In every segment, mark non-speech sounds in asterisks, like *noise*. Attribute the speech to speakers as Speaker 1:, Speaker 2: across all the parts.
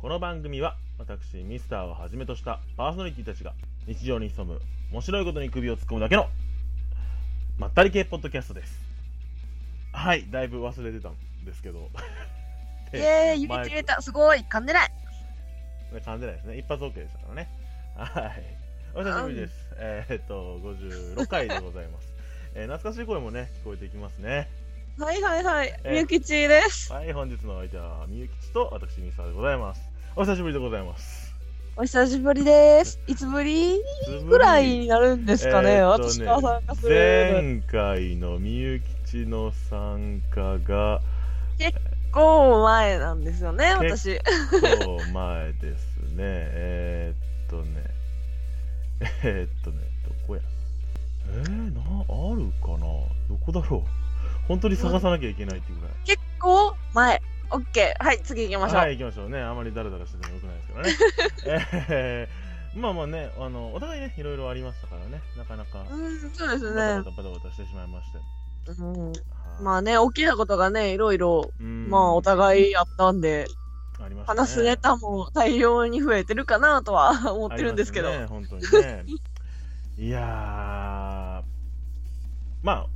Speaker 1: この番組は私ミスターをはじめとしたパーソナリティたちが日常に潜む面白いことに首を突っ込むだけのまったり系ポッドキャストですはいだいぶ忘れてたんですけど *laughs*
Speaker 2: イエーイ、指切れた、すごい、噛んでない。
Speaker 1: ね噛んでないですね。一発 OK でしたからね。はい。お久しぶりです。えーっと、56回でございます。えー懐かしい声もね、聞こえてきますね。
Speaker 2: はいはいはい、
Speaker 1: え
Speaker 2: みゆきちです。
Speaker 1: はい、本日のお相手は、みゆきちと私、ミサでございます。お久しぶりでございます。
Speaker 2: お久しぶりです。いつぶりぐらいになるんですかね、
Speaker 1: えーっと
Speaker 2: 私が参加するの。
Speaker 1: 前回のみゆきちの参加が、
Speaker 2: 結構前なんですよね、私。
Speaker 1: そう前ですね。 *laughs* えーっとね。えーっとね、どこや。えー、な、あるかなどこだろう本当に探さなきゃいけないっていうぐらい。
Speaker 2: 結構前。オッケー、はい、次行きましょう。
Speaker 1: はい、行きましょうね。あまりダラダラしててもよくないですから
Speaker 2: *laughs*
Speaker 1: ね。えー、まあまあね、あの、お互いね、いろいろありましたからね。なかなか、
Speaker 2: うん、そう
Speaker 1: バ
Speaker 2: です
Speaker 1: タバ
Speaker 2: ね
Speaker 1: タ。バタバタしてしまいまして。
Speaker 2: うん、
Speaker 1: はい
Speaker 2: まあね、起きたことがね、いろいろ、
Speaker 1: うん
Speaker 2: まあお互いあったんで、
Speaker 1: ありましたね
Speaker 2: 話すネタも大量に増えてるかなとは思ってるんですけど。
Speaker 1: ありますね、本当にね。 *laughs* いやー、まあ、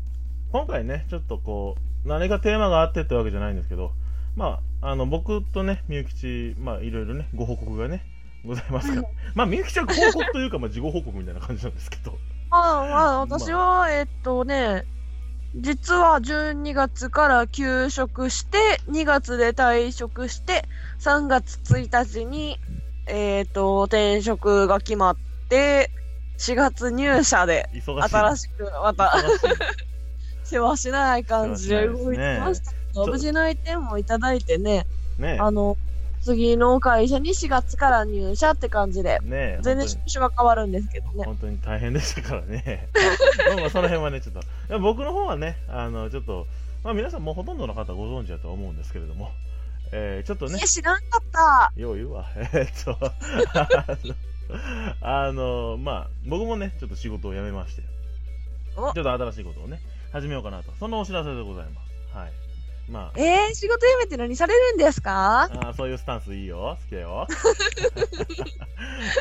Speaker 1: 今回ね、ちょっとこう、何かテーマがあってってわけじゃないんですけど、まあ、あの僕とね、みゆきち、まあ、いろいろね、ご報告がね、ございますから、まあ、みゆきちはご報告というか、まあ、事後報告みたいな感じなんですけど、
Speaker 2: まあまあ、
Speaker 1: まあ
Speaker 2: 私は、えっとね、実は12月から休職して、2月で退職して、3月1日に、えっと、転職が決まって、4月入社で、
Speaker 1: 忙しい。
Speaker 2: 新しくまた、
Speaker 1: 忙しい
Speaker 2: 世話しない感じで動いてましたけど、
Speaker 1: 世話しないですね
Speaker 2: 無事内定もいただいてね、
Speaker 1: ね
Speaker 2: あの、次の会社に4月から入社って感じで、
Speaker 1: え、ねえ、
Speaker 2: 全
Speaker 1: 本当
Speaker 2: 然
Speaker 1: に
Speaker 2: 職種は変わるんですけどね。
Speaker 1: 本当に大変でしたから
Speaker 2: *laughs*
Speaker 1: ね。まあまあその辺はね、ちょっと。でも僕の方はね、あの、ちょっと、まあ皆さんもうほとんどの方ご存知だと思うんですけれども、えーちょっとね
Speaker 2: え、、知らんかった。
Speaker 1: よう言うわ。 *laughs* えーっと、あのあの、まあ、僕もね、ちょっと仕事を辞めまして、ちょ
Speaker 2: お
Speaker 1: っと新しいことをね、始めようかなと。そのお知らせでございます。はい。まあ、
Speaker 2: えー、仕事辞めて何されるんで
Speaker 1: *laughs*
Speaker 2: すか
Speaker 1: あーそういうスタンスいいよ。好きだ
Speaker 2: *laughs*
Speaker 1: よ。 *laughs*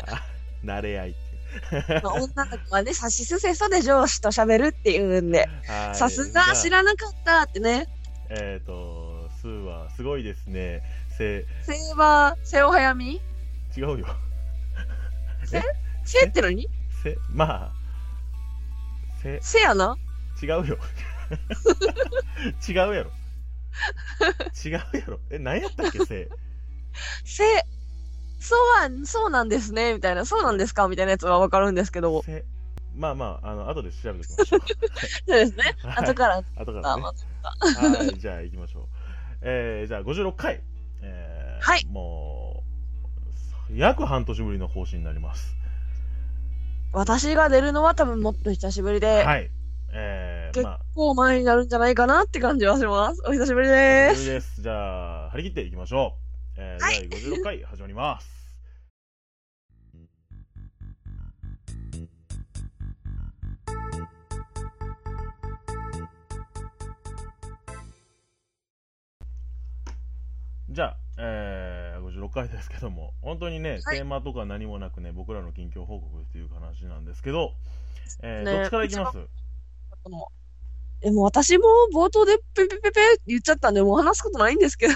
Speaker 1: あ慣れ合いっていう
Speaker 2: まあ女の子はね、さしすせそで上司と喋るっていうんで、
Speaker 1: はい
Speaker 2: さす
Speaker 1: じゃ
Speaker 2: が
Speaker 1: あ
Speaker 2: 知らなかったってね、
Speaker 1: えっ、と、スーはすごいですね。せ、
Speaker 2: せいは、せおはやみ
Speaker 1: 違うよ。 *laughs*
Speaker 2: せってのに
Speaker 1: せ、まあ、せ、
Speaker 2: せやな
Speaker 1: 違うよ。 *laughs* 違うやろ。違うやろ。え、何やったっけ、せ。
Speaker 2: せ、そうは、そうなんですね、みたいな、そうなんですかみたいなやつはわかるんですけど、
Speaker 1: せ。まあまあ、あの、後で調べておきま
Speaker 2: *laughs*
Speaker 1: しょう。
Speaker 2: そうですね。
Speaker 1: はい
Speaker 2: 後から、
Speaker 1: 後か
Speaker 2: ま
Speaker 1: ら
Speaker 2: あ
Speaker 1: ね
Speaker 2: ま。
Speaker 1: は
Speaker 2: あ
Speaker 1: い、じゃあ行きましょう。えー、じゃあ56回。えー、
Speaker 2: はい
Speaker 1: もう、約半年ぶりの更新になります。
Speaker 2: 私が出るのは多分もっと久しぶりで、
Speaker 1: はい。えー、
Speaker 2: 結
Speaker 1: まあ、
Speaker 2: 構前になるんじゃないかなって感じはします。お久しぶりで
Speaker 1: そ
Speaker 2: す。
Speaker 1: れです。じゃあ、張り切っていきましょう。えー
Speaker 2: は
Speaker 1: 第56回始まります。じゃあ、えー、56回ですけども、本当にね、
Speaker 2: はい
Speaker 1: テーマとか何もなくね、僕らの近況報告っていう話なんですけど、えー
Speaker 2: ね
Speaker 1: どっちからいきます
Speaker 2: このでも私も冒頭でペペペペって言っちゃったんで、もう話すことないんですけど。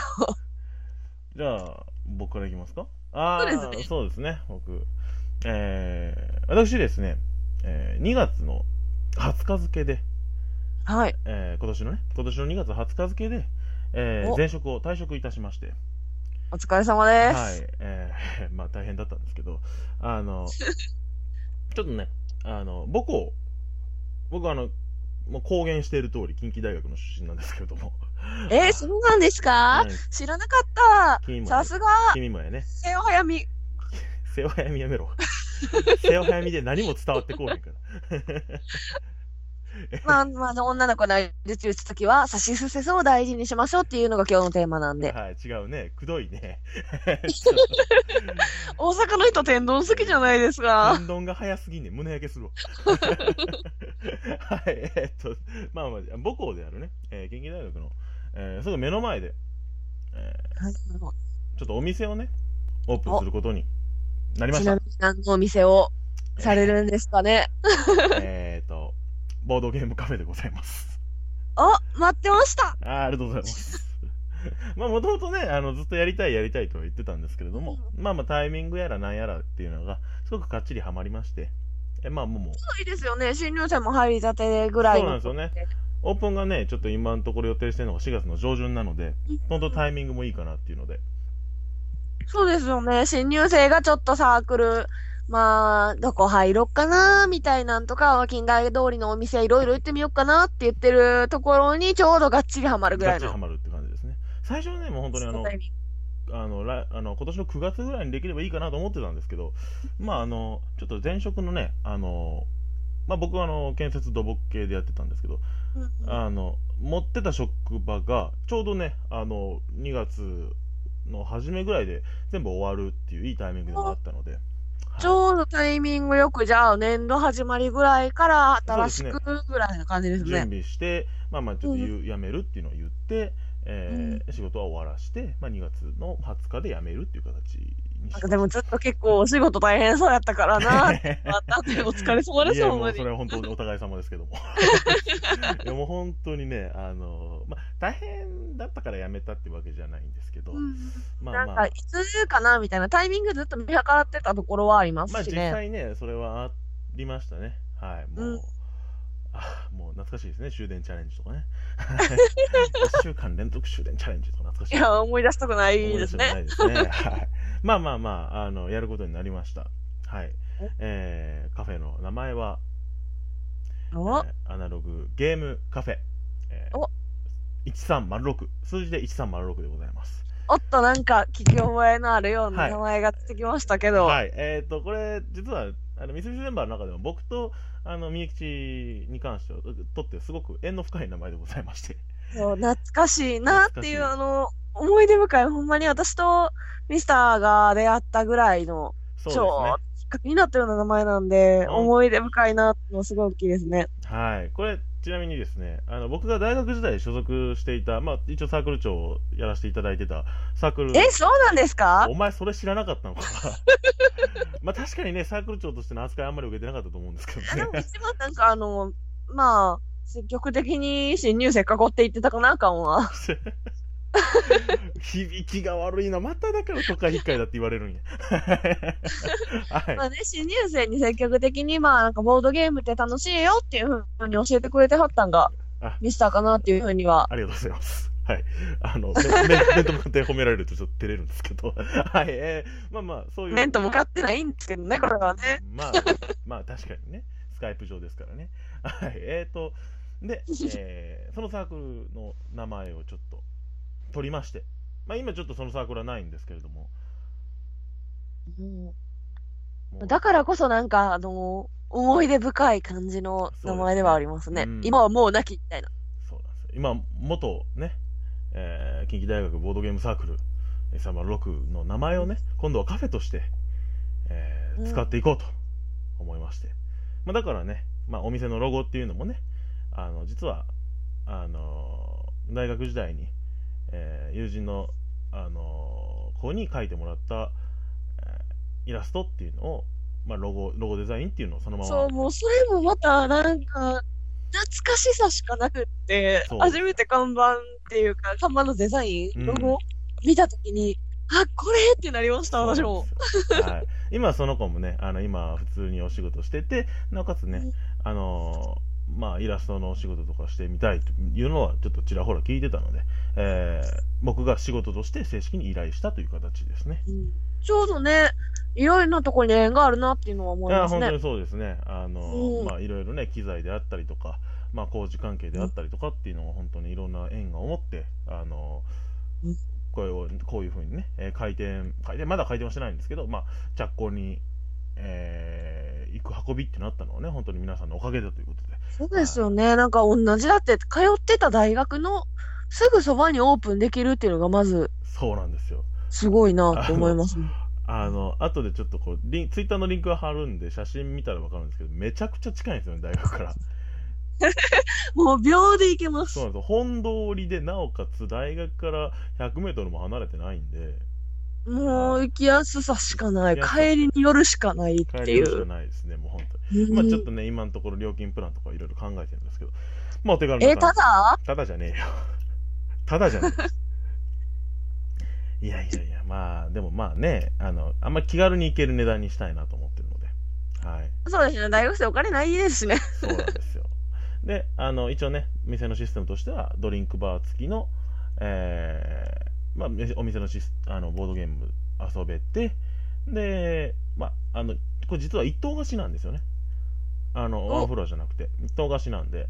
Speaker 1: じゃあ、僕からいきますかああ、
Speaker 2: そうですね
Speaker 1: そうですね、僕。えー、私ですね、えー、2月の20日付で、
Speaker 2: はい。
Speaker 1: えー、今年のね、今年の2月20日付で、えー
Speaker 2: お
Speaker 1: 前職を退職いたしまして、
Speaker 2: お疲れ様です。
Speaker 1: はい、えー、 *laughs* まあ大変だったんですけど、あ
Speaker 2: *laughs*
Speaker 1: の、ちょっとね、あの、母校、僕はあの、もう公言している通り、近畿大学の出身なんですけれども、
Speaker 2: えー、そうなんです
Speaker 1: *laughs*
Speaker 2: か、
Speaker 1: うん
Speaker 2: 知らなかった。
Speaker 1: 君も
Speaker 2: さすが、
Speaker 1: 君もやね、
Speaker 2: せよはやみ。
Speaker 1: 背負いやみやめろ *laughs* 背負いやみで何も伝わってこうへんから
Speaker 2: まあ、まあ、女の子の相手中した時は、さしすせそを大事にしましょうっていうのが今日のテーマなんで。
Speaker 1: はい違うねくどいね
Speaker 2: 大阪の人天丼好きじゃないですか。
Speaker 1: 天丼が早すぎんねん胸焼けするわ *laughs* はいえっとまあまあ母校であるね、えー、近畿大学の、えーすぐ目の前で、え
Speaker 2: はい
Speaker 1: ーちょっとお店をねオープンすることになりまし
Speaker 2: ち
Speaker 1: た
Speaker 2: なみに何のお店をされるんですかね。
Speaker 1: えっとボードゲームカフェでございます
Speaker 2: あ、待ってました
Speaker 1: あーありがとうございます
Speaker 2: *laughs*
Speaker 1: まあもともとねあのずっとやりたいやりたいとは言ってたんですけれども、まあまあタイミングやらなんやらっていうのがすごくかっちりはまりましてえまあもうもう
Speaker 2: いいですよね。新入生も入りたてぐらい
Speaker 1: そうなん
Speaker 2: の
Speaker 1: ですよねオープンがねちょっと今のところ予定してるのが4月の上旬なので本当タイミングもいいかなっていうので
Speaker 2: そうですよね。新入生がちょっとサークル、まあ、どこ入ろっかな、みたいなんとか、近代通りのお店いろいろ行ってみようかなって言ってるところにちょうどがっちりハマるぐ
Speaker 1: ガッ
Speaker 2: らい
Speaker 1: チリ
Speaker 2: の
Speaker 1: ハ。マるって感じですね最初はねもう本当にあの
Speaker 2: タイミング
Speaker 1: あの来あの今年の9月ぐらいにできればいいかなと思ってたんですけど、まあ、あのちょっと前職のね、あのまあ、僕はあの建設土木系でやってたんですけど、
Speaker 2: うんうん
Speaker 1: あの持ってた職場がちょうどね、あの2月の初めぐらいで全部終わるっていういいタイミングでもあったので、
Speaker 2: ちょうどタイミングよく、じゃあ年度始まりぐらいから新し
Speaker 1: そう
Speaker 2: くぐらいな感じです
Speaker 1: 準
Speaker 2: ね。
Speaker 1: 備して、まあまあ、ちょっと言う辞めるっていうのを言って、えー仕事は終わらして、まあ、2月の20日で辞めるっていう形にしまし
Speaker 2: なんか
Speaker 1: た
Speaker 2: で
Speaker 1: *laughs*
Speaker 2: もずっと結構お仕事大変そうやったからな。まあなんでお疲れ様で
Speaker 1: い
Speaker 2: す
Speaker 1: や
Speaker 2: ほん
Speaker 1: も
Speaker 2: ま
Speaker 1: う
Speaker 2: に
Speaker 1: それは本当にお互い様ですけ
Speaker 2: *laughs*
Speaker 1: どもいやもう本当にねあの、まあ、大変だったから辞めたってわけじゃないんですけど、
Speaker 2: うん
Speaker 1: ま
Speaker 2: な
Speaker 1: あ
Speaker 2: ん
Speaker 1: ま
Speaker 2: か、
Speaker 1: あ
Speaker 2: いつかなみたいなタイミングずっと見計らってたところはありま
Speaker 1: まあ
Speaker 2: すし
Speaker 1: 実
Speaker 2: ね。
Speaker 1: 際ねそれはありましたねはいもう、
Speaker 2: うん
Speaker 1: あもう懐かしいですね終電チャレンジと
Speaker 2: *laughs*
Speaker 1: かね1週間連続終電チャレンジとか懐かし
Speaker 2: い
Speaker 1: い
Speaker 2: や、思い出したくない
Speaker 1: 思い
Speaker 2: で
Speaker 1: 出
Speaker 2: す
Speaker 1: し
Speaker 2: ね
Speaker 1: た。くないですね。はい。まあまあまあ、あの、やることになりました。はい
Speaker 2: お。
Speaker 1: えーカフェの名前は、
Speaker 2: お
Speaker 1: えーアナログゲームカフェ、えー
Speaker 2: お
Speaker 1: 1306数字で1306でございます
Speaker 2: おっと、なんか聞き覚えのあるよう
Speaker 1: は
Speaker 2: ない名前が出てきましたけど、
Speaker 1: はいえっ、とこれ実はあのミスミスメンバーの中でも僕とあのみゆきちに関してはとってすごく縁の深い名前でございまして *laughs*
Speaker 2: そう懐かしいなっていう、
Speaker 1: 懐かしい
Speaker 2: あの、思い出深い、ほんまに私とミスターが出会ったぐらいの、
Speaker 1: そう
Speaker 2: ちょ
Speaker 1: で
Speaker 2: きっかけになったような名前なんで、
Speaker 1: うん
Speaker 2: 思い出深いなっていうのはすごい大きいですね。
Speaker 1: すねはいこれちなみにですねあの僕が大学時代所属していた、まあ、一応サークル長をやらせていただいてたサークル
Speaker 2: え、そうなんですか
Speaker 1: お前それ知らなかったのかな *laughs* まあ確かにねサークル長としての扱いあんまり受けてなかったと思うんですけどね
Speaker 2: あでも一番なんかあの、まあ、積極的に新入生囲っていってたかな感は。
Speaker 1: *laughs* 響きが悪いな、まただから都会一回だって言われるんや。 *laughs* はい
Speaker 2: ま、あね、新入生に積極的に、まあなんかボードゲームって楽しいよっていうふうに教えてくれてはったんが
Speaker 1: あ、
Speaker 2: ミスターかなっていうふうには。
Speaker 1: ありがとうございます。はい、あの、め面と向かって褒められるとちょっと照れるんですけど、 *laughs* はい、えー、まあまあ、そういう。
Speaker 2: 面と向かってないんですけどね、これはね。
Speaker 1: まあ、まあ確かにね、スカイプ上ですからね。はい、えーと、で、えーそのサークルの名前をちょっと取りまして、まあ今ちょっとそのサークルはないんですけれども、もう
Speaker 2: だからこそなんか、あの、思い出深い感じの名前ではありますね。
Speaker 1: そうですねうん
Speaker 2: 今はもうなきみたいな。
Speaker 1: そうなんですよ今、元ね、えー近畿大学ボードゲームサークルえー306の名前をね、今度はカフェとして、えー
Speaker 2: うん
Speaker 1: 使っていこうと思いまして、まあ、だからね、まあ、お店のロゴっていうのもね、あの実はあのー大学時代に、えー友人の、あのー子に描いてもらった、えーイラストっていうのを、まあ、ロゴロゴデザインっていうのをそのまま
Speaker 2: そう、もうそれもまたなんか、懐かしさしかなくって
Speaker 1: そう、
Speaker 2: 初めて看板っていうか、看板のデザイ
Speaker 1: うん
Speaker 2: ン、ロゴ、見たときに、あ、これってなりました、私も。
Speaker 1: はい、今その子もねあの今普通にお仕事しててなおかつね、
Speaker 2: うん
Speaker 1: あのーまあイラストのお仕事とかしてみたいというのはちょっとちらほら聞いてたので、えー僕が仕事として正式に依頼したという形ですね。
Speaker 2: うんちょうどね、いろいろなところに縁があるなっていうのは思
Speaker 1: い
Speaker 2: い
Speaker 1: や
Speaker 2: ます
Speaker 1: 本当
Speaker 2: ね。
Speaker 1: にそうですねあのー、
Speaker 2: うん
Speaker 1: まあいろいろね機材であったりとか、まあ、工事関係であったりとかっていうのが本当にいろんな縁が思ってあのー
Speaker 2: うん
Speaker 1: これをこういうふうにね、えー回転回転まだ回転はしてないんですけど、まあ、着工に、えー行く運びってなったのはね本当に皆さんのおかげだということで
Speaker 2: そうですよね。なんか同じだって、通ってた大学のすぐそばにオープンできるっていうのがまず、
Speaker 1: そうなんですよ
Speaker 2: すごいなと思いますね。
Speaker 1: あの後でちょっとこうリンツイッターのリンクは貼るんで写真見たら分かるんですけどめちゃくちゃ近いんですよね大学から
Speaker 2: もう秒で行けます
Speaker 1: そう。なんですよ本通りでなおかつ大学から 100m も離れてないんで
Speaker 2: もう行きやすさしかない。
Speaker 1: 行きやすさ
Speaker 2: 帰りに寄るしかないっ
Speaker 1: 帰
Speaker 2: て
Speaker 1: り
Speaker 2: い
Speaker 1: るしか
Speaker 2: う。
Speaker 1: ないですね、もう本当に。
Speaker 2: うん
Speaker 1: まあちょっとね、今のところ料金プランとかいろいろ考えてるんですけど、まあお手軽な
Speaker 2: え、ただ
Speaker 1: ただじゃねえよ。 *laughs* ただじゃねえ。いやいやいや、まあ、でもまあね、あの、あんまり気軽に行ける値段にしたいなと思ってるので。はい。
Speaker 2: そうですね。大学生お金ないですしね。
Speaker 1: そうなんですよ。で、あの、一応ね、店のシステムとしては、ドリンクバー付きの、えーまあ、お店のシスあのボードゲーム遊べて、で、まあ、あの、これ実は一等貸しなんですよね。あの、
Speaker 2: お
Speaker 1: ワンフロアじゃなくて、一等貸しなんで、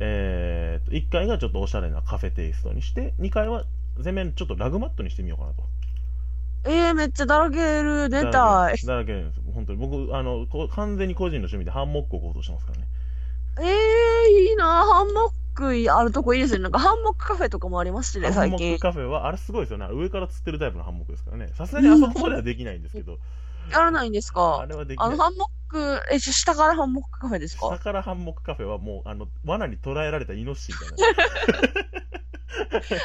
Speaker 1: えーと、1階がちょっとおしゃれなカフェテイストにして、2階は全面ちょっとラグマットにしてみようかなと。
Speaker 2: えー、めっちゃだらける。出
Speaker 1: だ
Speaker 2: た
Speaker 1: ら
Speaker 2: い。
Speaker 1: けだらけるんですよ。本当に。僕、あの、こう完全に個人の趣味でハンモックを行動してますからね。
Speaker 2: えー、いいな。ハンモックあるとこいいですね。なんかハンモックカフェとかもありますしね、
Speaker 1: ハン
Speaker 2: 最
Speaker 1: モッ
Speaker 2: 近
Speaker 1: ク。カフェは、あれすごいですよね。上から釣ってるタイプのハンモックですからね。さすがにあそこまではできないんですけど、
Speaker 2: やらないんです
Speaker 1: あ
Speaker 2: か
Speaker 1: れはでき
Speaker 2: あ
Speaker 1: な
Speaker 2: の、
Speaker 1: い。
Speaker 2: ハンモック、え、下からハンモックカフェですか *laughs*
Speaker 1: 下からハンモックカフェはもう、あの、罠に捕らえられたイノシシみたいな。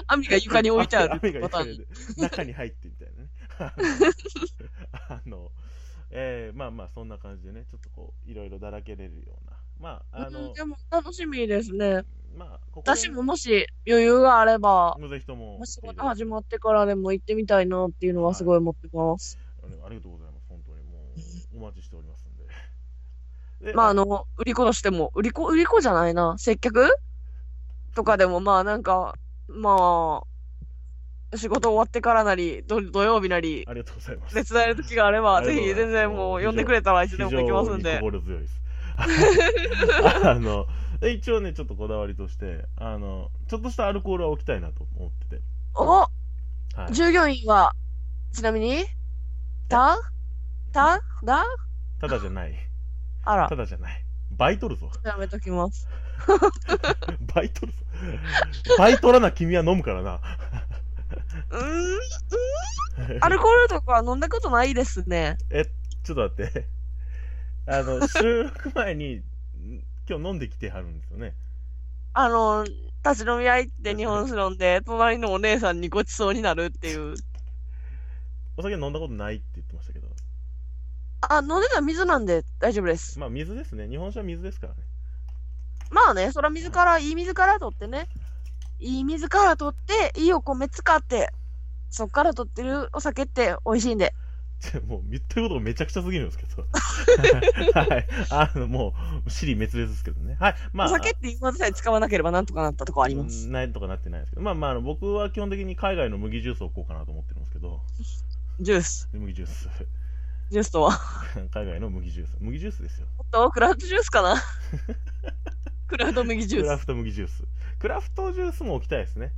Speaker 2: 網が床に置いてある
Speaker 1: 雨が
Speaker 2: パタ
Speaker 1: 床
Speaker 2: ーン
Speaker 1: に中に入ってみたいなね。あの、えーまあまあ、そんな感じでね、ちょっとこう、いろいろだらけれるような。まあ、あ
Speaker 2: う
Speaker 1: の
Speaker 2: ん、で、も楽しみですね。
Speaker 1: まあ、ここで
Speaker 2: 私ももし余裕があれば、
Speaker 1: ぜひとも
Speaker 2: もう仕
Speaker 1: 来てい
Speaker 2: 事
Speaker 1: ただいて
Speaker 2: 始まってからでも行ってみたいなっていうのはすごい思ってます。
Speaker 1: あれありがとうございます。本当にもう、お待ちしておりますんで。で
Speaker 2: まああの、売り子としても、売り子、売り子じゃないな、接客とかでもまあなんか、まあ、仕事終わってからなり、土土曜日なり、
Speaker 1: ありがとうございます。
Speaker 2: 手伝える時があれば、
Speaker 1: あり
Speaker 2: ぜ
Speaker 1: がとう
Speaker 2: ひ
Speaker 1: ございます
Speaker 2: 全然もう呼んでくれたらいつでもできます
Speaker 1: 非常
Speaker 2: ん
Speaker 1: に
Speaker 2: で。
Speaker 1: 心強いです。あの、一応ね、ちょっとこだわりとして、あの、ちょっとしたアルコールは置きたいなと思ってて。
Speaker 2: お
Speaker 1: はい。
Speaker 2: 従業員は、ちなみに、たただ
Speaker 1: ただじゃない。
Speaker 2: あら
Speaker 1: た、だじゃない。倍取るぞ。
Speaker 2: やめときます。
Speaker 1: 倍取るぞ。倍取らな君は飲むからな。
Speaker 2: うーん、アルコールとかは飲んだことないですね。
Speaker 1: え、ちょっと待って。あの、収録前に、今日飲んできてはるんですよね。
Speaker 2: あの、立ち飲み屋行って日本酒飲んで、隣のお姉さんにごちそうになるっていう。
Speaker 1: お酒飲んだことないって言ってましたけど。
Speaker 2: あ、飲んでたら水なんで大丈夫です。
Speaker 1: まあ、水ですね。日本酒は水ですからね。
Speaker 2: まあね、そら水から、いい水から取ってね。いい水から取って、いいお米使って、そっから取ってるお酒って美味しいんで。
Speaker 1: ちょもう言ってることがめちゃくちゃすぎるんですけど。
Speaker 2: *laughs*
Speaker 1: はい。あの、もう、尻滅裂ですけどね。はい。まあ、
Speaker 2: お酒って言うことさえ使わなければなんとかなったとこあります。
Speaker 1: うんないとかなってないですけど。まあまああの、僕は基本的に海外の麦ジュースを置こうかなと思ってるんですけど、
Speaker 2: ジュース。
Speaker 1: 麦ジュース。 *laughs*
Speaker 2: ジュースとは。
Speaker 1: 海外の麦ジュース。麦ジュースですよ。
Speaker 2: おっと、クラフトジュース
Speaker 1: *laughs*
Speaker 2: かなクラフト麦ジュ
Speaker 1: クラ
Speaker 2: ース。
Speaker 1: フト麦ジュース。クラフトジュースも置きたいですね。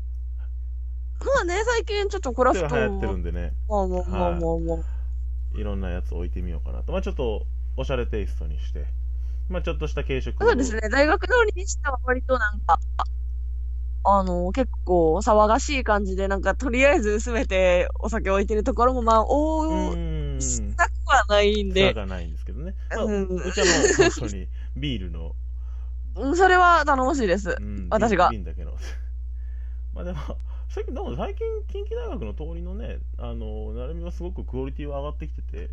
Speaker 2: まあね、最近ちょっとクラ
Speaker 1: そ
Speaker 2: フ
Speaker 1: れ
Speaker 2: ト
Speaker 1: が流行ってる
Speaker 2: も、
Speaker 1: んでね、
Speaker 2: まあまあまあまあまあ。
Speaker 1: いろんなやつ置いてみようかなと。まあちょっと、おしゃれテイストにして、まあちょっとした軽食を
Speaker 2: そうですね、大学通りにしては割となんか、あの、結構騒がしい感じで、なんかとりあえず全てお酒置いてるところも、まあ、
Speaker 1: う
Speaker 2: おお、
Speaker 1: ーん。
Speaker 2: しなくはないん
Speaker 1: 差
Speaker 2: で、
Speaker 1: がないんですけどね。まあ、
Speaker 2: う
Speaker 1: うんちはもう本当にビールの、
Speaker 2: うん、それは頼もしいです
Speaker 1: う。ん、
Speaker 2: 私が
Speaker 1: 瓶だけの。 *laughs* まあでも、最近、でも最近、近畿大学の通りのね、あの、なるみはすごくクオリティは上がってきてて、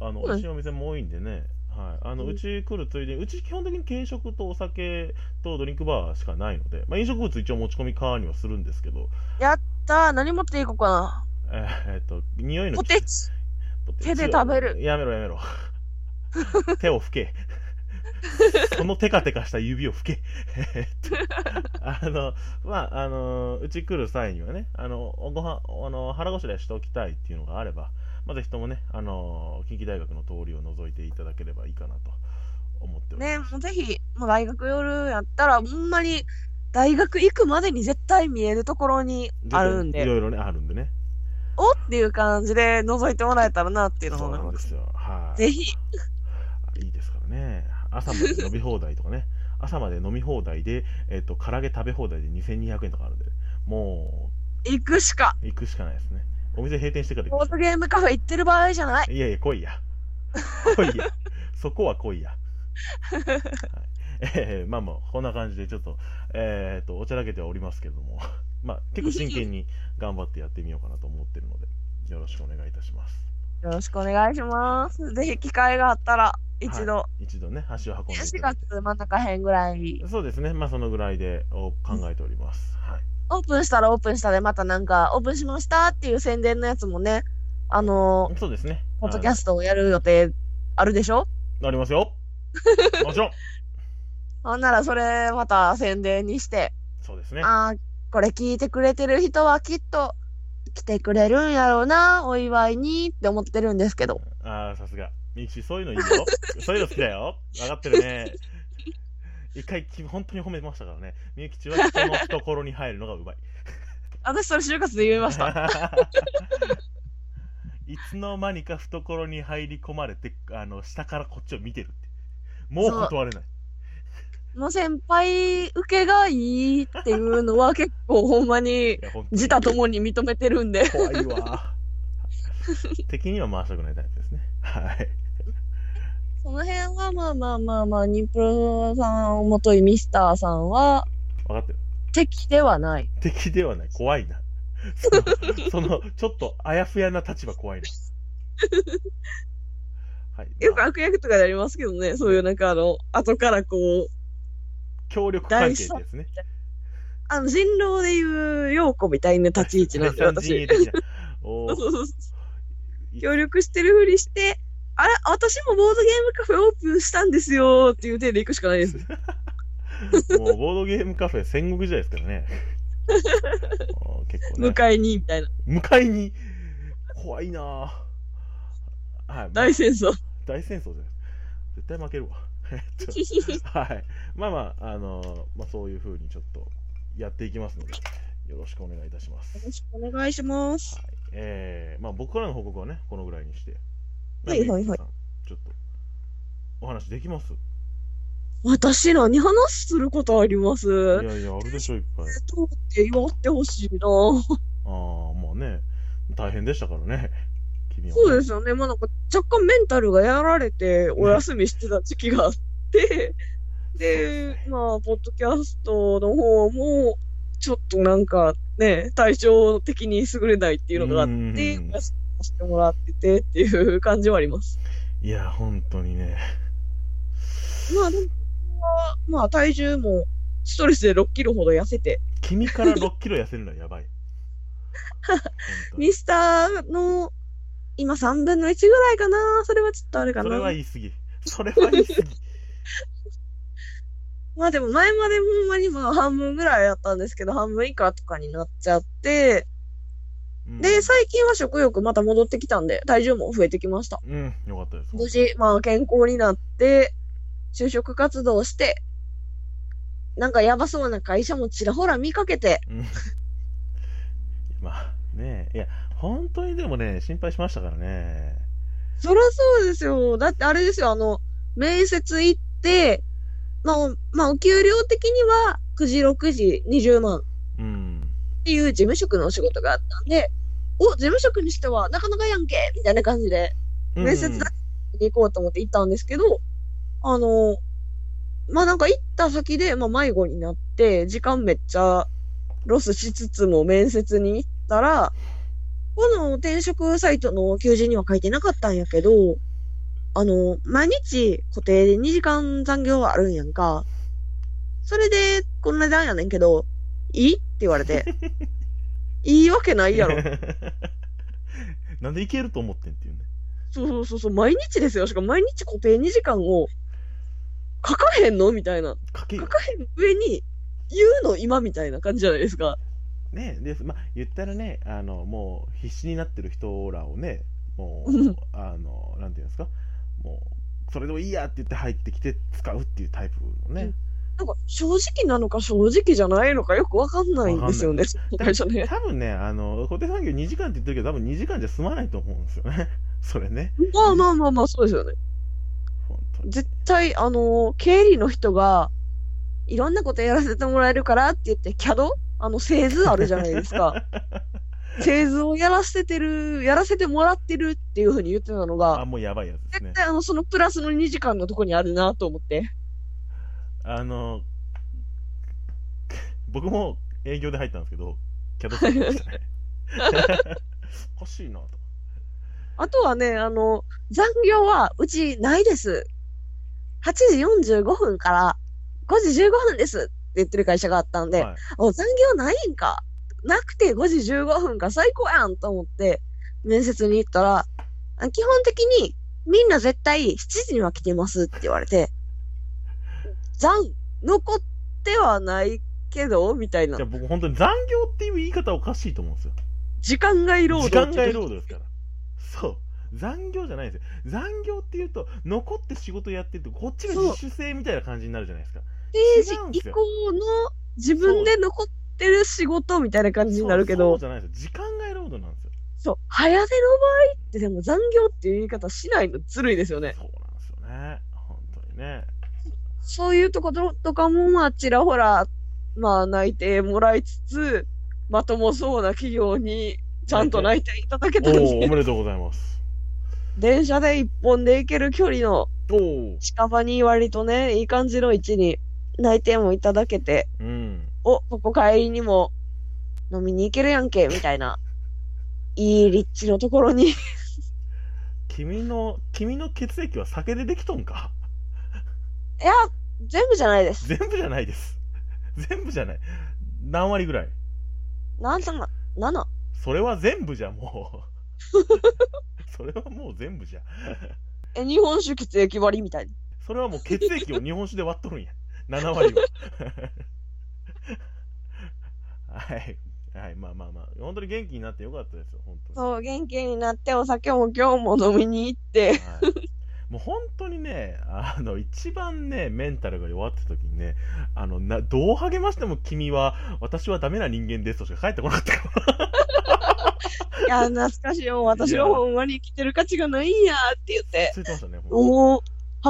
Speaker 1: あの、
Speaker 2: そ
Speaker 1: 美
Speaker 2: うです
Speaker 1: 味しいお店も多いんでね、はい。あの、
Speaker 2: うん
Speaker 1: うち来るついでに、うち基本的に軽食とお酒とドリンクバーしかないので、まあ飲食物一応持ち込みカーにはするんですけど、
Speaker 2: さあ、何持っていこうかな。
Speaker 1: えーえっと、匂いの
Speaker 2: ポ
Speaker 1: き
Speaker 2: テチ。
Speaker 1: ポテチ
Speaker 2: 手で食べる
Speaker 1: やめろや
Speaker 2: *laughs*
Speaker 1: めろ。手を拭け。そのテカテカした指を拭け。えっとあの、まあ、あの、うち来る際にはね、あの、ごはあの腹ごしらえしておきたいっていうのがあれば、まあ、ぜひともね、あの、近畿大学の通りを覗いていただければいいかなと思っており
Speaker 2: ね、
Speaker 1: ます。
Speaker 2: もうぜひ、もう大学夜やったら、ほんまに、大学行くまでに絶対見えるところにあるん
Speaker 1: い
Speaker 2: で、
Speaker 1: ろいろね、あるんでね。
Speaker 2: おっていう感じで覗いてもらえたらなっていうの
Speaker 1: そう
Speaker 2: も
Speaker 1: な
Speaker 2: 思
Speaker 1: ん
Speaker 2: い
Speaker 1: で
Speaker 2: ます。
Speaker 1: すよ。はい。
Speaker 2: ぜひ、
Speaker 1: いいですからね。朝まで飲み放題とかね。 *laughs* 朝まで飲み放題で、えっ、と、唐揚げ食べ放題で2200円とかあるんで、も
Speaker 2: 行くしか。
Speaker 1: う、行くしかないですね。お店閉店してから
Speaker 2: ボ
Speaker 1: 行く
Speaker 2: ー
Speaker 1: し
Speaker 2: ド
Speaker 1: か
Speaker 2: ゲームカフェ行ってる場合じゃない。
Speaker 1: いやいや、来いや。来いや。 *laughs* そこは来いや。はいえーまあまあ、こんな感じでちょっと、えーっと、 *laughs* おちゃらけてはおりますけれども、まあ、結構真剣に頑張ってやってみようかなと思ってるので、よろしくお願いいたします。
Speaker 2: よろしくお願いします。ぜひ機会があったら、一度、
Speaker 1: 一度ね、足を運んでい
Speaker 2: 4
Speaker 1: ただい
Speaker 2: 月真ん中辺ぐらい
Speaker 1: て。、そうですね、まあそのぐらいでお考えております。はい。
Speaker 2: オープンしたらオープンしたで、またなんか、オープンしましたっていう宣伝のやつもね、あのー、
Speaker 1: そうですね。
Speaker 2: ポッドキャストをやる予定あるでしょ
Speaker 1: あのあります
Speaker 2: *laughs*
Speaker 1: よ。もちろん。
Speaker 2: ほんならそれまた宣伝にして、
Speaker 1: そうですね。
Speaker 2: ああ、これ聞いてくれてる人はきっと来てくれるんやろうな、お祝いにって思ってるんですけど。
Speaker 1: ああ、さすが。みゆきち、そういう
Speaker 2: *laughs*
Speaker 1: のいいよ。そういうの好きだよ。分かってるね。一回き、本当に褒めましたからね。みゆきちは人の懐に入るのがうまい。
Speaker 2: 私それ就活で言いました。
Speaker 1: *laughs* いつの間にか懐に入り込まれて、あの、下からこっちを見てるって。もう断れない。
Speaker 2: もう先輩受けがいいっていうのは結構ほんまに
Speaker 1: いや本当に
Speaker 2: 自他ともに認めてるんで。
Speaker 1: 怖い
Speaker 2: *laughs*
Speaker 1: わ。敵には回したくないタイプですね。はい。
Speaker 2: その辺はまあまあまあまあ、ニプロさんをもといミスターさんは
Speaker 1: 分かってる。
Speaker 2: 敵ではない。
Speaker 1: 敵ではない。怖いな。 *laughs*
Speaker 2: *laughs*
Speaker 1: その、そのちょっとあやふやな立場怖いな。はい。
Speaker 2: よ
Speaker 1: ま
Speaker 2: く
Speaker 1: あ
Speaker 2: 悪役とかでありますけどね、そういうなんかあの、後からこう、
Speaker 1: 協力関係ですね。
Speaker 2: あの人狼でいう陽子みたいな立ち位置なんですよ、
Speaker 1: 第三陣営
Speaker 2: 私。
Speaker 1: 的なお
Speaker 2: *laughs* そう
Speaker 1: ー
Speaker 2: そうそう協力してるふりして、あら、私もボードゲームカフェオープンしたんですよっていう手で行くしかないです。
Speaker 1: もうボードゲームカフェ戦国時代ですから
Speaker 2: *laughs*
Speaker 1: ね。おー結構ね。
Speaker 2: 迎えに、みたいな。
Speaker 1: 向かいに、怖いなぁ。はい。まあ
Speaker 2: 大戦争。
Speaker 1: 大戦争じゃない絶対負けるわ。えっとはい。まあまあ、あのーまあそういう風にちょっとやっていきますので、よろしくお願いいたします。
Speaker 2: よろしくお願いします。
Speaker 1: えー、まあ僕からの報告はね、このぐらいにして。
Speaker 2: はいはいはい
Speaker 1: ちょっと、お話できますい
Speaker 2: 私何話することあります
Speaker 1: や
Speaker 2: どう
Speaker 1: いや、あるでしょ、いっぱい。
Speaker 2: って祝ってほしいな。
Speaker 1: ああ、まあね、大変でしたからね。 *laughs* 君は、ね。
Speaker 2: そうですよね。まあなんか若干メンタルがやられてお休みしてた時期があって、で、まあ、ポッドキャストの方も、ちょっとなんかね、対照的に優れないっていうのがあって、
Speaker 1: うん
Speaker 2: お休みさせてもらっててっていう感じはあります。
Speaker 1: いや、本当にね。
Speaker 2: まあでも、まあ体重もストレスで6キロほど痩せて、
Speaker 1: 君から6キロ痩せるのはやばい。本当に
Speaker 2: ミスターの今3分の1ぐらいかな。それはちょっとあれか
Speaker 1: それは
Speaker 2: な。
Speaker 1: 言い過ぎ。それは言い過ぎ。
Speaker 2: まあでも前までほんまにまあ半分ぐらいやったんですけど、半分以下とかになっちゃって、
Speaker 1: うん
Speaker 2: で、最近は食欲また戻ってきたんで、体重も増えてきました。
Speaker 1: うん、よかったです。
Speaker 2: 無事、まあ健康になって、就職活動して、なんかやばそうな会社もちらほら見かけて、
Speaker 1: うんまあねえ、いや、本当にでもね、心配しましたからね。
Speaker 2: そりゃそうですよ。だってあれですよ、あの、面接行って、まあ、まあ、お給料的には9時、6時、20万っ
Speaker 1: うん。
Speaker 2: ていう事務職のお仕事があったんで、お、事務職にしてはなかなかやんけみたいな感じで、
Speaker 1: うん
Speaker 2: 面接だけに行こうと思って行ったんですけど、あの、まあなんか行った先で、まあ迷子になって、時間めっちゃロスしつつも面接に行ったら、この転職サイトの求人には書いてなかったんやけど、あの、毎日固定で2時間残業あるんやんか。それで、こんな値段やねんけど、いいって言われて。いいわけないやろ。
Speaker 1: *laughs* なんでいけると思ってんっていうね。
Speaker 2: そうそうそうそう、毎日ですよ。しかも毎日固定2時間を書かへんのみたいな。
Speaker 1: かけ
Speaker 2: 書かへん上に、言うの今みたいな感じじゃないですか。
Speaker 1: ねで、まあ、言ったらね、あの、もう必死になってる人らをね、も
Speaker 2: う、
Speaker 1: うんあの、なんていうんですか、もう、それでもいいやって言って入ってきて使うっていうタイプのね。
Speaker 2: なんか正直なのか正直じゃないのかよくわかんないんですよね。会社ね。
Speaker 1: 多分ね、あの、固定産業2時間って言ってるけど、多分2時間じゃ済まないと思うんですよね。 *laughs* それね。
Speaker 2: まあまあまあまあ、そうですよね。
Speaker 1: 本当に。
Speaker 2: 絶対、あの、経理の人が、いろんなことやらせてもらえるからって言って、キャドあの、製図あるじゃないです *laughs* か。製図をやらせてる、やらせてもらってるっていうふうに言ってたのが、
Speaker 1: あ、もうやばいやつですね
Speaker 2: 絶。対あの、そのプラスの2時間のとこにあるなと思って。
Speaker 1: あの、僕も営業で入ったんですけど、キャドさんでしたね。おかしいなと。
Speaker 2: あとはね、あの、残業はうちないです。8時45分から5時15分ですって言ってる会社があったんで、
Speaker 1: はい
Speaker 2: お残業ないんか。なくて5時15分か最高やんと思って面接に行ったら、あ基本的にみんな絶対7時には来てますって言われて、残、残ってはないけど、みたいな
Speaker 1: じゃあ。僕本当に残業っていう言い方おかしいと思うんですよ
Speaker 2: 時間外労
Speaker 1: 時
Speaker 2: 働
Speaker 1: 間
Speaker 2: って
Speaker 1: 外労働ですからそう残業じゃないんですよ残業っていうと残って仕事やってってこっちが自主性みたいな感じになるじゃないですか
Speaker 2: ステ
Speaker 1: 違うん
Speaker 2: ー
Speaker 1: で
Speaker 2: ジ
Speaker 1: す
Speaker 2: 以
Speaker 1: よ
Speaker 2: 降の自分で残ってる仕事みたいな感じになるけ
Speaker 1: そ
Speaker 2: ど
Speaker 1: う、そうじゃないですよ時間外労働なんですよ
Speaker 2: そう、早出の場合ってでも残業っていう言い方しないのずるいですよね。
Speaker 1: そうなんですよね本当にね
Speaker 2: そういうとこととかも、まあ、ちらほら、まあ、内定もらいつつ、まともそうな企業に、ちゃんと内定いただけ
Speaker 1: お
Speaker 2: たん
Speaker 1: おお
Speaker 2: で、
Speaker 1: めでとうございます
Speaker 2: 電車で一本で行ける距離の
Speaker 1: おお
Speaker 2: 近場に割とね、いい感じの位置に内定もいただけて、
Speaker 1: うん
Speaker 2: お、ここ帰りにも飲みに行けるやんけ、みたいな。いい立地のところに。 *laughs*
Speaker 1: 君の君の血液は酒でできとんか *laughs*
Speaker 2: いや、全部じゃないです。
Speaker 1: 全部じゃないです全部じゃない何割ぐらい
Speaker 2: なんとな、7。
Speaker 1: それは全部じゃもう *laughs* それはもう全部じゃ
Speaker 2: え、日本酒血液割りみたいな。
Speaker 1: それはもう血液を日本酒で割っとるんや7割は *laughs* はいはいまあまあまあ本当に元気になってよかったですよ本当に
Speaker 2: そう、元気になってお酒も今日も飲みに行って。 *laughs*
Speaker 1: はいもう本当にね、あの一番ね、メンタルが弱ってた時にね、あのなどう励ましても君は、私はダメな人間ですとしか返ってこなかったから、
Speaker 2: いや、懐かしいよ。私はほんまに生きてる価値がないんやって言って。
Speaker 1: ついてま
Speaker 2: *laughs*
Speaker 1: したね、もう
Speaker 2: もう、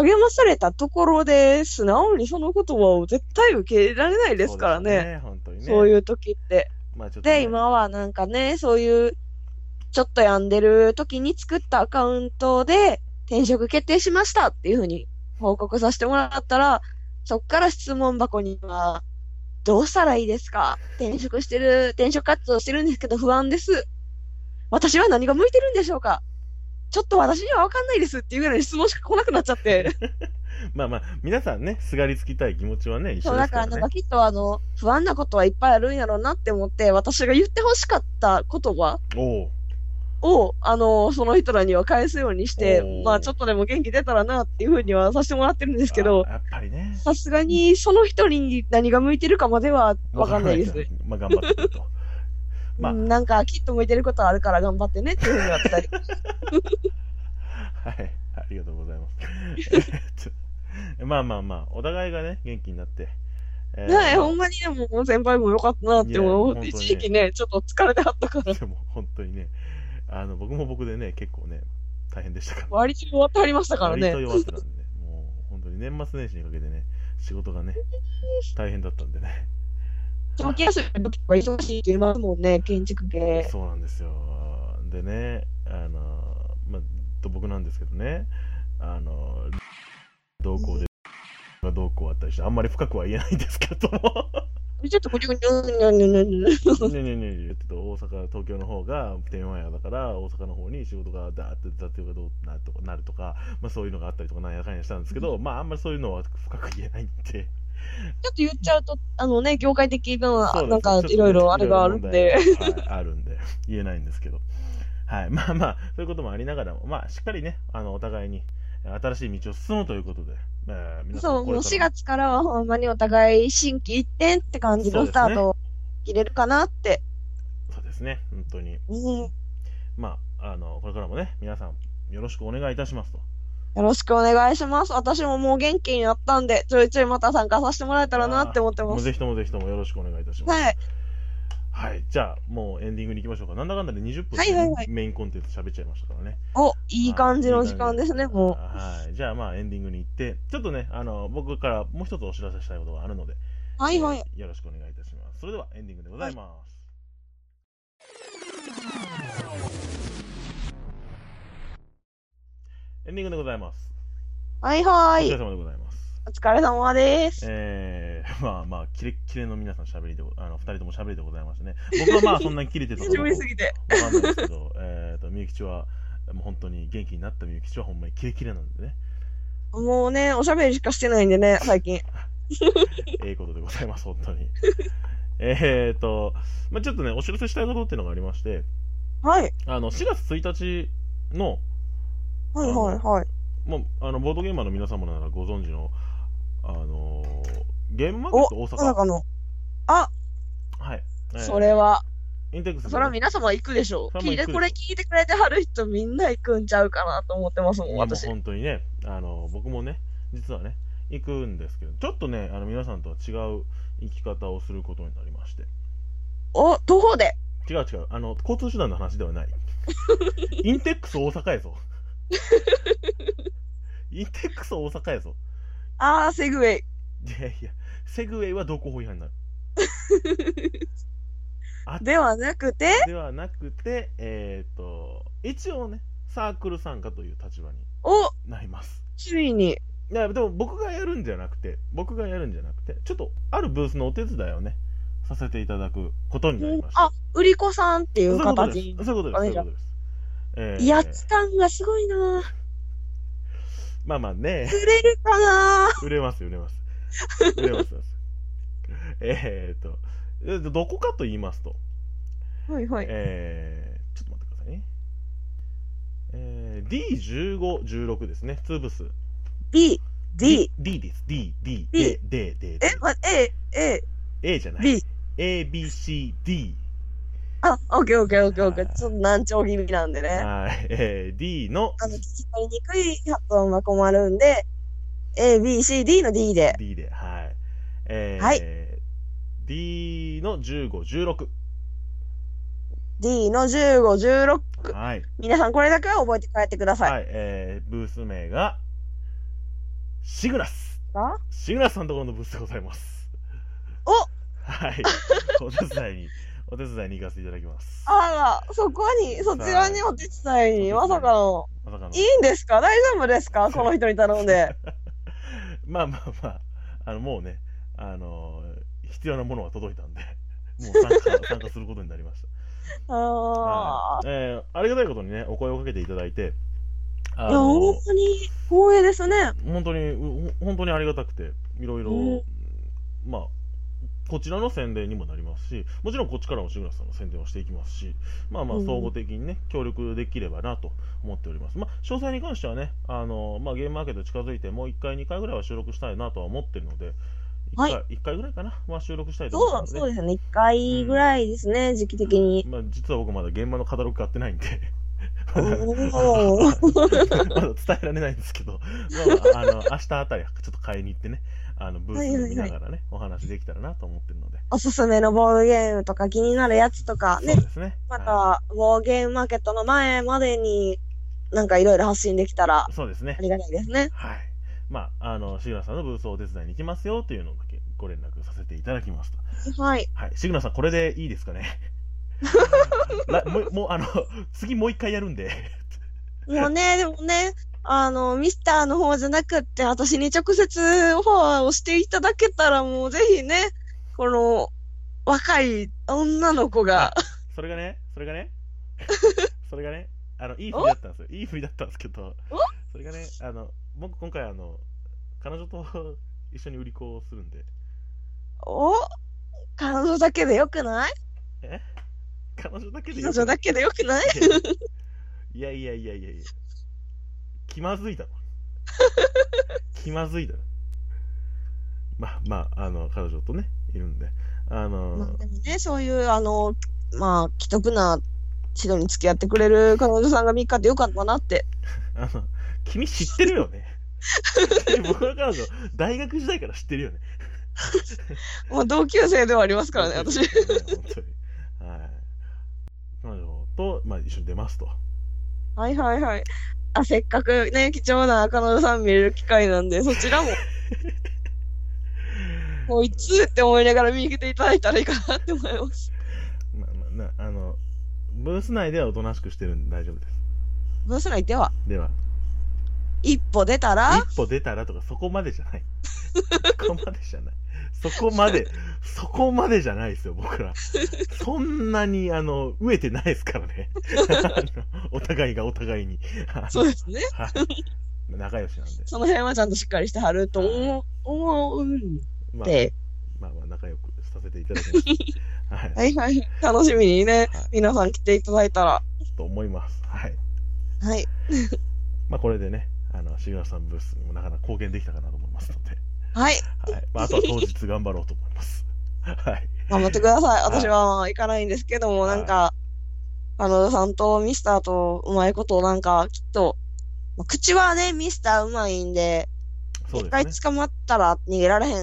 Speaker 2: 励まされたところで、素直にその言葉を絶対受け入れられないですからね。
Speaker 1: そうですね本当にね。
Speaker 2: そういう時って。
Speaker 1: まあちょっとね
Speaker 2: で、今はなんかね、そういう、ちょっと病んでる時に作ったアカウントで、転職決定しましたっていうふうに報告させてもらったら、そっから質問箱には、どうしたらいいですか転職してる、転職活動してるんですけど不安です。私は何が向いてるんでしょうかちょっと私にはわかんないですっていうぐらいの質問しか来なくなっちゃって。
Speaker 1: まあまあ、皆さんね、すがりつきたい気持ちはね、一
Speaker 2: そ
Speaker 1: 緒
Speaker 2: う、
Speaker 1: で
Speaker 2: だ
Speaker 1: す
Speaker 2: か
Speaker 1: からら
Speaker 2: なん
Speaker 1: ね
Speaker 2: か。きっとあの、不安なことはいっぱいあるんやろうなって思って、私が言ってほしかった言葉
Speaker 1: おう
Speaker 2: を、あのその人らには返すようにして
Speaker 1: おー、
Speaker 2: まあ、ちょっとでも元気出たらなっていうふうにはさせてもらってるんですけど
Speaker 1: あ、やっぱりね、
Speaker 2: さすがにその人に何が向いてるかまでは *laughs* わかんないです。
Speaker 1: わかんないからまあ頑張っていく
Speaker 2: *laughs*
Speaker 1: と。まあ
Speaker 2: うんなんか、きっと向いてることあるから頑張ってねっていうふうには伝えて
Speaker 1: はい、ありがとうござい
Speaker 2: *laughs*
Speaker 1: ます。えっとまあまあまあ、お互いがね、元気になって。えー
Speaker 2: はい、ほんまにでも、もう先輩も良かったなって思
Speaker 1: いや本当に
Speaker 2: う。
Speaker 1: ね
Speaker 2: 一時期ね、ちょっと疲れてはった *laughs* から、
Speaker 1: でも本当にね、あの僕も僕でね、結構ね、大変でしたから。
Speaker 2: 割と終わってはりましたから
Speaker 1: 割
Speaker 2: ね
Speaker 1: と。弱ってたんでね、もう本当に年末年始にかけてね、仕事がね、大変だったんでね。
Speaker 2: 長期休みの時は忙しいって言いますもんね、建築系。
Speaker 1: そうなんですよ。でね、あの、まあ、と僕なんですけどね、あの、同行で、がどうこうあったりして、あんまり深くは言えないんですけども。
Speaker 2: ちょっとぐちょぐちょぐちょぐちょぐちょぐち
Speaker 1: *laughs*
Speaker 2: ょ
Speaker 1: ねえねえねえ言ってた大阪東京の方が天満屋だから大阪の方に仕事がダーって雑用がどうなるとかなるとか、まあ、そういうのがあったりとかなんやかんやしたんですけど、まああんまりそういうのは深く言えないんで
Speaker 2: ちょっと言っちゃうと、あのね、業界的
Speaker 1: そう
Speaker 2: な、
Speaker 1: です
Speaker 2: なんか
Speaker 1: ちょっとね
Speaker 2: いろいろあれがあるん
Speaker 1: い
Speaker 2: で。
Speaker 1: ろいろ問題がはいあるんで言えないんですけどはいまあまあそういうこともありながらもまあしっかりねあのお互いに新しい道を進むということで、えー皆さん
Speaker 2: そう、もう
Speaker 1: これ
Speaker 2: 4
Speaker 1: から
Speaker 2: 月からはほんまにお互い心機一転って感じ
Speaker 1: そう
Speaker 2: の
Speaker 1: です
Speaker 2: スタ
Speaker 1: ね
Speaker 2: ートを切れるかなって。
Speaker 1: そうですね本当に
Speaker 2: うん、よ
Speaker 1: まああのこれからもね皆さんよろしくお願いいたしますと
Speaker 2: ろしくお願いします。私ももう元気になったんで、ちょいちょいまた参加させてもらえたらなって思って
Speaker 1: も
Speaker 2: ま
Speaker 1: う
Speaker 2: す。
Speaker 1: ぜひともぜひともよろしくお願いいたします。
Speaker 2: はい。
Speaker 1: はい、じゃあもうエンディングに行きましょうか。なんだかんだで20分、
Speaker 2: はいはいはい
Speaker 1: メインコンテンツ喋っちゃいましたからね。
Speaker 2: お、いい感じの時間です
Speaker 1: は
Speaker 2: ね、
Speaker 1: い
Speaker 2: も
Speaker 1: はい、じゃあまあエンディングに行って、ちょっとね、あの僕からもう一つお知らせしたいことがあるので、
Speaker 2: う。はいはい。
Speaker 1: えーよろしくお願いいたします。それではエンディングでございます。エンディングでございます。
Speaker 2: はいは
Speaker 1: お疲れ
Speaker 2: い。
Speaker 1: 様でございます。
Speaker 2: お疲れ様です。
Speaker 1: えー、まあまあ、キレッキレの皆さん喋りでご、あの、二人とも喋りでございましたね。僕はまあ、そんなにキレてたと
Speaker 2: 久し
Speaker 1: 思
Speaker 2: ぶ
Speaker 1: う
Speaker 2: りすぎて。
Speaker 1: わかんないですけど、えっと、みゆきちは、もう本当に元気になったみゆきちはほんまにキレキレなんでね、
Speaker 2: もうね、おしゃべりしかしてないんでね、最近。
Speaker 1: ええことでございます、本当に。えっと、まあ、ちょっとね、お知らせしたいことっていうのがありまして、
Speaker 2: はい。
Speaker 1: あの4月1日の、
Speaker 2: はいはいはい。
Speaker 1: もうあのボードゲーマーの皆様ならご存知の、あのーゲームマーケット大
Speaker 2: まさ
Speaker 1: 阪、
Speaker 2: かの。
Speaker 1: はいえー
Speaker 2: それは、
Speaker 1: インテックスでね
Speaker 2: それは皆様行くでしょう。
Speaker 1: それはもう
Speaker 2: 聞い
Speaker 1: 行く
Speaker 2: て、
Speaker 1: でしょ
Speaker 2: これ聞いてくれてはる人みんな行くんちゃうかなと思ってますもん、
Speaker 1: もう
Speaker 2: 私。
Speaker 1: 本当にねあの僕もね実はね行くんですけどちょっとねあの皆さんとは違う生き方をすることになりまして
Speaker 2: お、徒歩で。
Speaker 1: 違う違うあの交通手段の話ではないインテックス大阪やぞ *laughs* インテックス大阪やぞ
Speaker 2: あー、セグウェイ。
Speaker 1: いやいやセグウェイは道交法違反になる
Speaker 2: ではなくて、
Speaker 1: ではなくてえっ、と一応ねサークル参加という立場に
Speaker 2: お、
Speaker 1: なります
Speaker 2: ついに。
Speaker 1: いやでも僕がやるんじゃなくて僕がやるんじゃなくてちょっとあるブースのお手伝いをねさせていただくことになりました
Speaker 2: あ、売り子さんってい
Speaker 1: そう
Speaker 2: う
Speaker 1: いうことです
Speaker 2: 形に。
Speaker 1: そういうことですそういう
Speaker 2: お願いします
Speaker 1: ことですえー
Speaker 2: 威圧感がすごいな
Speaker 1: まあまあね
Speaker 2: 売れるかな
Speaker 1: 売れます売れます売れます売れ *laughs* ますえーっとえーっとどこかと言いますと
Speaker 2: はいはい。
Speaker 1: えー、ちょっと待ってくださいねえー、D1516 ですねツーブス
Speaker 2: B、D。
Speaker 1: D です。D、D、
Speaker 2: D
Speaker 1: D、D、D。
Speaker 2: え、ま、A、A、
Speaker 1: A じゃない。
Speaker 2: B。
Speaker 1: A、B、C、D。
Speaker 2: あ、オッケーオッケーオッケーオッケ
Speaker 1: は
Speaker 2: ー。
Speaker 1: い
Speaker 2: ちょっと難聴気味なんでね。
Speaker 1: はい。えー D の
Speaker 2: あの、聞き取りにくい発音が困るんで、A、B、C、D の D で。
Speaker 1: D で、はい。えー
Speaker 2: はい
Speaker 1: D の15、
Speaker 2: D の15、
Speaker 1: 16。
Speaker 2: 16。
Speaker 1: はい。
Speaker 2: 皆さんこれだけは覚えて帰ってください。
Speaker 1: はい。えー、ブース名が、シグナス。
Speaker 2: あ
Speaker 1: シグナスさんのところのブースでございます。
Speaker 2: お *laughs*
Speaker 1: はい。お手伝いに、お手伝いに行かせていただきます。
Speaker 2: あら、そこに、そちらにお手伝いに、まさかの。
Speaker 1: まさかの
Speaker 2: いいんですか大丈夫ですかこの人に頼
Speaker 1: *laughs*
Speaker 2: んで。
Speaker 1: まあまあまあ、あのもうね、あのー必要なものは届い
Speaker 2: *laughs*
Speaker 1: たんで、もう参加参加することになりました。
Speaker 2: あ
Speaker 1: はいえーありがたいことにね、お声をかけていただいて、
Speaker 2: あ。
Speaker 1: あ
Speaker 2: いや、
Speaker 1: の
Speaker 2: 本
Speaker 1: ー
Speaker 2: 当に光栄ですね。
Speaker 1: 本当に、うほ本当にありがたくて、いろいろ、まあ、こちらの宣伝にもなりますし、もちろんこっちからも志村さんの宣伝をしていきますし、まあまあ、
Speaker 2: うん
Speaker 1: 総合的にね、協力できればなと思っております。まあ、詳細に関してはね、あのまあ、ゲームマーケット近づいて、もう1回、2回ぐらいは収録したいなとは思ってるので、1回,、
Speaker 2: は
Speaker 1: 一回ぐらいかな、まあ、収録したいと思
Speaker 2: そう、
Speaker 1: って
Speaker 2: そう
Speaker 1: ので、
Speaker 2: ですね。一回ぐらいですね、時期的
Speaker 1: *laughs*
Speaker 2: に。
Speaker 1: まあ、実は僕、まだ現場のカタログ買ってないんで。
Speaker 2: お
Speaker 1: *laughs*
Speaker 2: ー
Speaker 1: まだ伝えられないんです
Speaker 2: *laughs*
Speaker 1: けど、まあ、あの明日あたりちょっと買いに行ってね、あのブースを見ながらね、お話できたらなと思ってるので、
Speaker 2: おすすめのボードゲームとか気になるやつとかね
Speaker 1: そう、ですね。
Speaker 2: ま
Speaker 1: は
Speaker 2: た、ボードゲームマーケットの前までに、なんかいろいろ発信できたらあ
Speaker 1: い、そうですね。
Speaker 2: りがたいですね。
Speaker 1: はい。まあ、あの、シグナさんのブースをお手伝いに行きますよというのだけご連絡させていただきますと。
Speaker 2: はい。
Speaker 1: はい。シグナさん、これでいいですか
Speaker 2: *laughs*
Speaker 1: ね。 *laughs* らもう、もう、あの、次もう一回やるんで。
Speaker 2: もうね、 *laughs* でもね、あの、ミスターの方じゃなくって、私に直接オファーをしていただけたら、もうぜひね、この、若い女の子が、 *laughs*
Speaker 1: それがね、それがね、それがね、あの、いい振りだったんですよ。いい振りだったんですけど
Speaker 2: お、
Speaker 1: それがね、あの、僕今回、あの、彼女と一緒に売り子をするんで、
Speaker 2: お彼女だけでよくない
Speaker 1: 彼女だけで
Speaker 2: 彼
Speaker 1: よく
Speaker 2: 女だけでよくない
Speaker 1: いやいやいやいやいや、気まずい
Speaker 2: *laughs*
Speaker 1: だろ。気まずいだろ。まあまあ、あの、彼女とね、いるんで、あ
Speaker 2: まあ
Speaker 1: の、
Speaker 2: でもね、そういう、あの、まあ、既得な指導に付き合ってくれる彼女さんが3日ってよかったなって。
Speaker 1: あの、君知ってるよ
Speaker 2: *laughs*
Speaker 1: ね。僕の彼女、大学時代から知ってるよね。
Speaker 2: まあ、同級生ではありますからね、私。
Speaker 1: 本当に。はい。彼女と、まあ、一緒に出ますと。
Speaker 2: はいはいはい。あ、せっかくね、貴重な彼女さん見れる機会なんで、そちらも、こいつって思いながら見に来ていただいたらいいかなって思います。
Speaker 1: まあまあ、なあの、ブース内ではおとなしくしてるんで大丈夫です。
Speaker 2: ブース内では、
Speaker 1: では、
Speaker 2: 一歩出たら、
Speaker 1: 一歩出たらとかそこまでじゃないそこまでじゃないそこまでそこまでじゃないですよ僕らそんなにあの飢えてないですからねあのお互いがお互いにあの
Speaker 2: そうですね。
Speaker 1: はい仲良しなんで、
Speaker 2: その辺はちゃんとしっかりしてはると思う、思うん
Speaker 1: まあ、
Speaker 2: で。
Speaker 1: まあまあ仲良くさせていただきました、はい
Speaker 2: はいはい。楽しみにね
Speaker 1: はい、
Speaker 2: 皆さん来ていただいたら。
Speaker 1: と思いますはい
Speaker 2: はい。
Speaker 1: まあこれでねあの杉浦さんブースにもなかなか貢献できたかなと思いますので
Speaker 2: はい。
Speaker 1: はいまあ、あとは当日頑張ろうと思います。 *laughs* はい。
Speaker 2: 頑張ってください。私は行かないんですけども、
Speaker 1: はい
Speaker 2: なんか、彼女さんとミスターとうまいこと、なんか、きっと、まあ口はね、ミスターうまいんで、
Speaker 1: そう
Speaker 2: 一
Speaker 1: で
Speaker 2: 回
Speaker 1: す
Speaker 2: 捕まったら逃げられへ
Speaker 1: ね。
Speaker 2: ん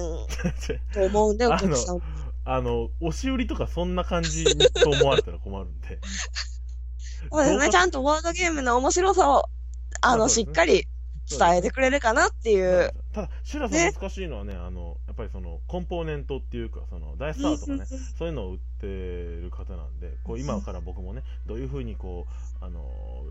Speaker 2: と思うんで、お
Speaker 1: あ
Speaker 2: 客さん
Speaker 1: の。、 *laughs* あの、押し売りとかそんな感じと思われたら困る
Speaker 2: *laughs*
Speaker 1: んで。
Speaker 2: そうです
Speaker 1: どうか
Speaker 2: ね、ちゃんとボードゲームの面白さを、あ
Speaker 1: あ
Speaker 2: の、
Speaker 1: そ
Speaker 2: し
Speaker 1: う
Speaker 2: っ
Speaker 1: ですね
Speaker 2: かり伝えてくれるかなっていう。
Speaker 1: ただ、シュラさん難しいのはね、あの、やっぱりその、コンポーネントっていうか、その、ダイスターとかね、そういうのを売ってる方なんで、こう今から僕もね、どういうふうにこう、あの、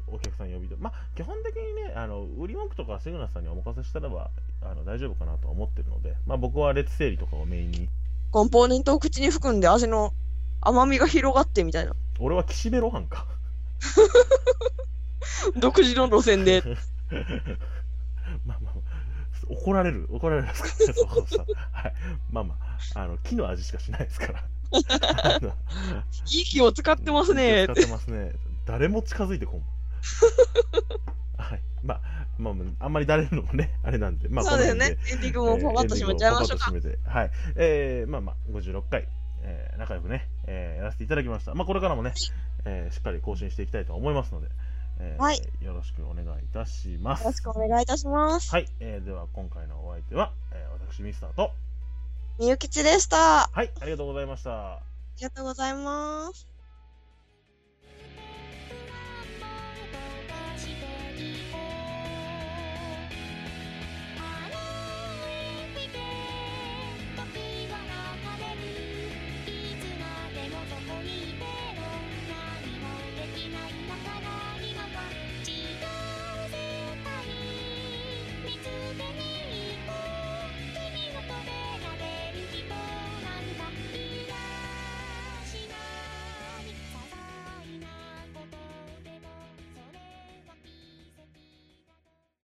Speaker 1: お客さん呼びと、まあ、基本的にね、あの、売り文句とかシグナスさんにお任せしたらば、あの、大丈夫かなとは思ってるので、まあ僕は列整理とかをメインに
Speaker 2: コンポーネントを口に含んで味の甘みが広がって
Speaker 1: *laughs*
Speaker 2: みたいな。
Speaker 1: 俺は岸辺露伴か *laughs*
Speaker 2: 独自の路線で。
Speaker 1: まあまあ怒られる怒られますからねそこさ、はい、まあまああの木の味しかしないですから *laughs* あの
Speaker 2: いい気を使ってますね
Speaker 1: 使。ってますね誰も近づいて
Speaker 2: *laughs*
Speaker 1: こんはいまあまあまああんまり誰のもねあれなんで *laughs* まあ
Speaker 2: そうですね。エンディングも
Speaker 1: こ
Speaker 2: パパッと閉めちゃいましょうか。
Speaker 1: エンディングをパパッと閉めてはいえー、まあまあ56回、えー仲良くね、えーやらせていただきましたまあこれからもね、えーしっかり更新していきたいと思いますので、えー
Speaker 2: はい
Speaker 1: よろしくお願いいたします
Speaker 2: よろしくお願いいたします。
Speaker 1: はい、えーでは今回のお相手は、えー私ミスターと
Speaker 2: みゆきちでした。あ
Speaker 1: はいありがとうございました
Speaker 2: りがとうございます。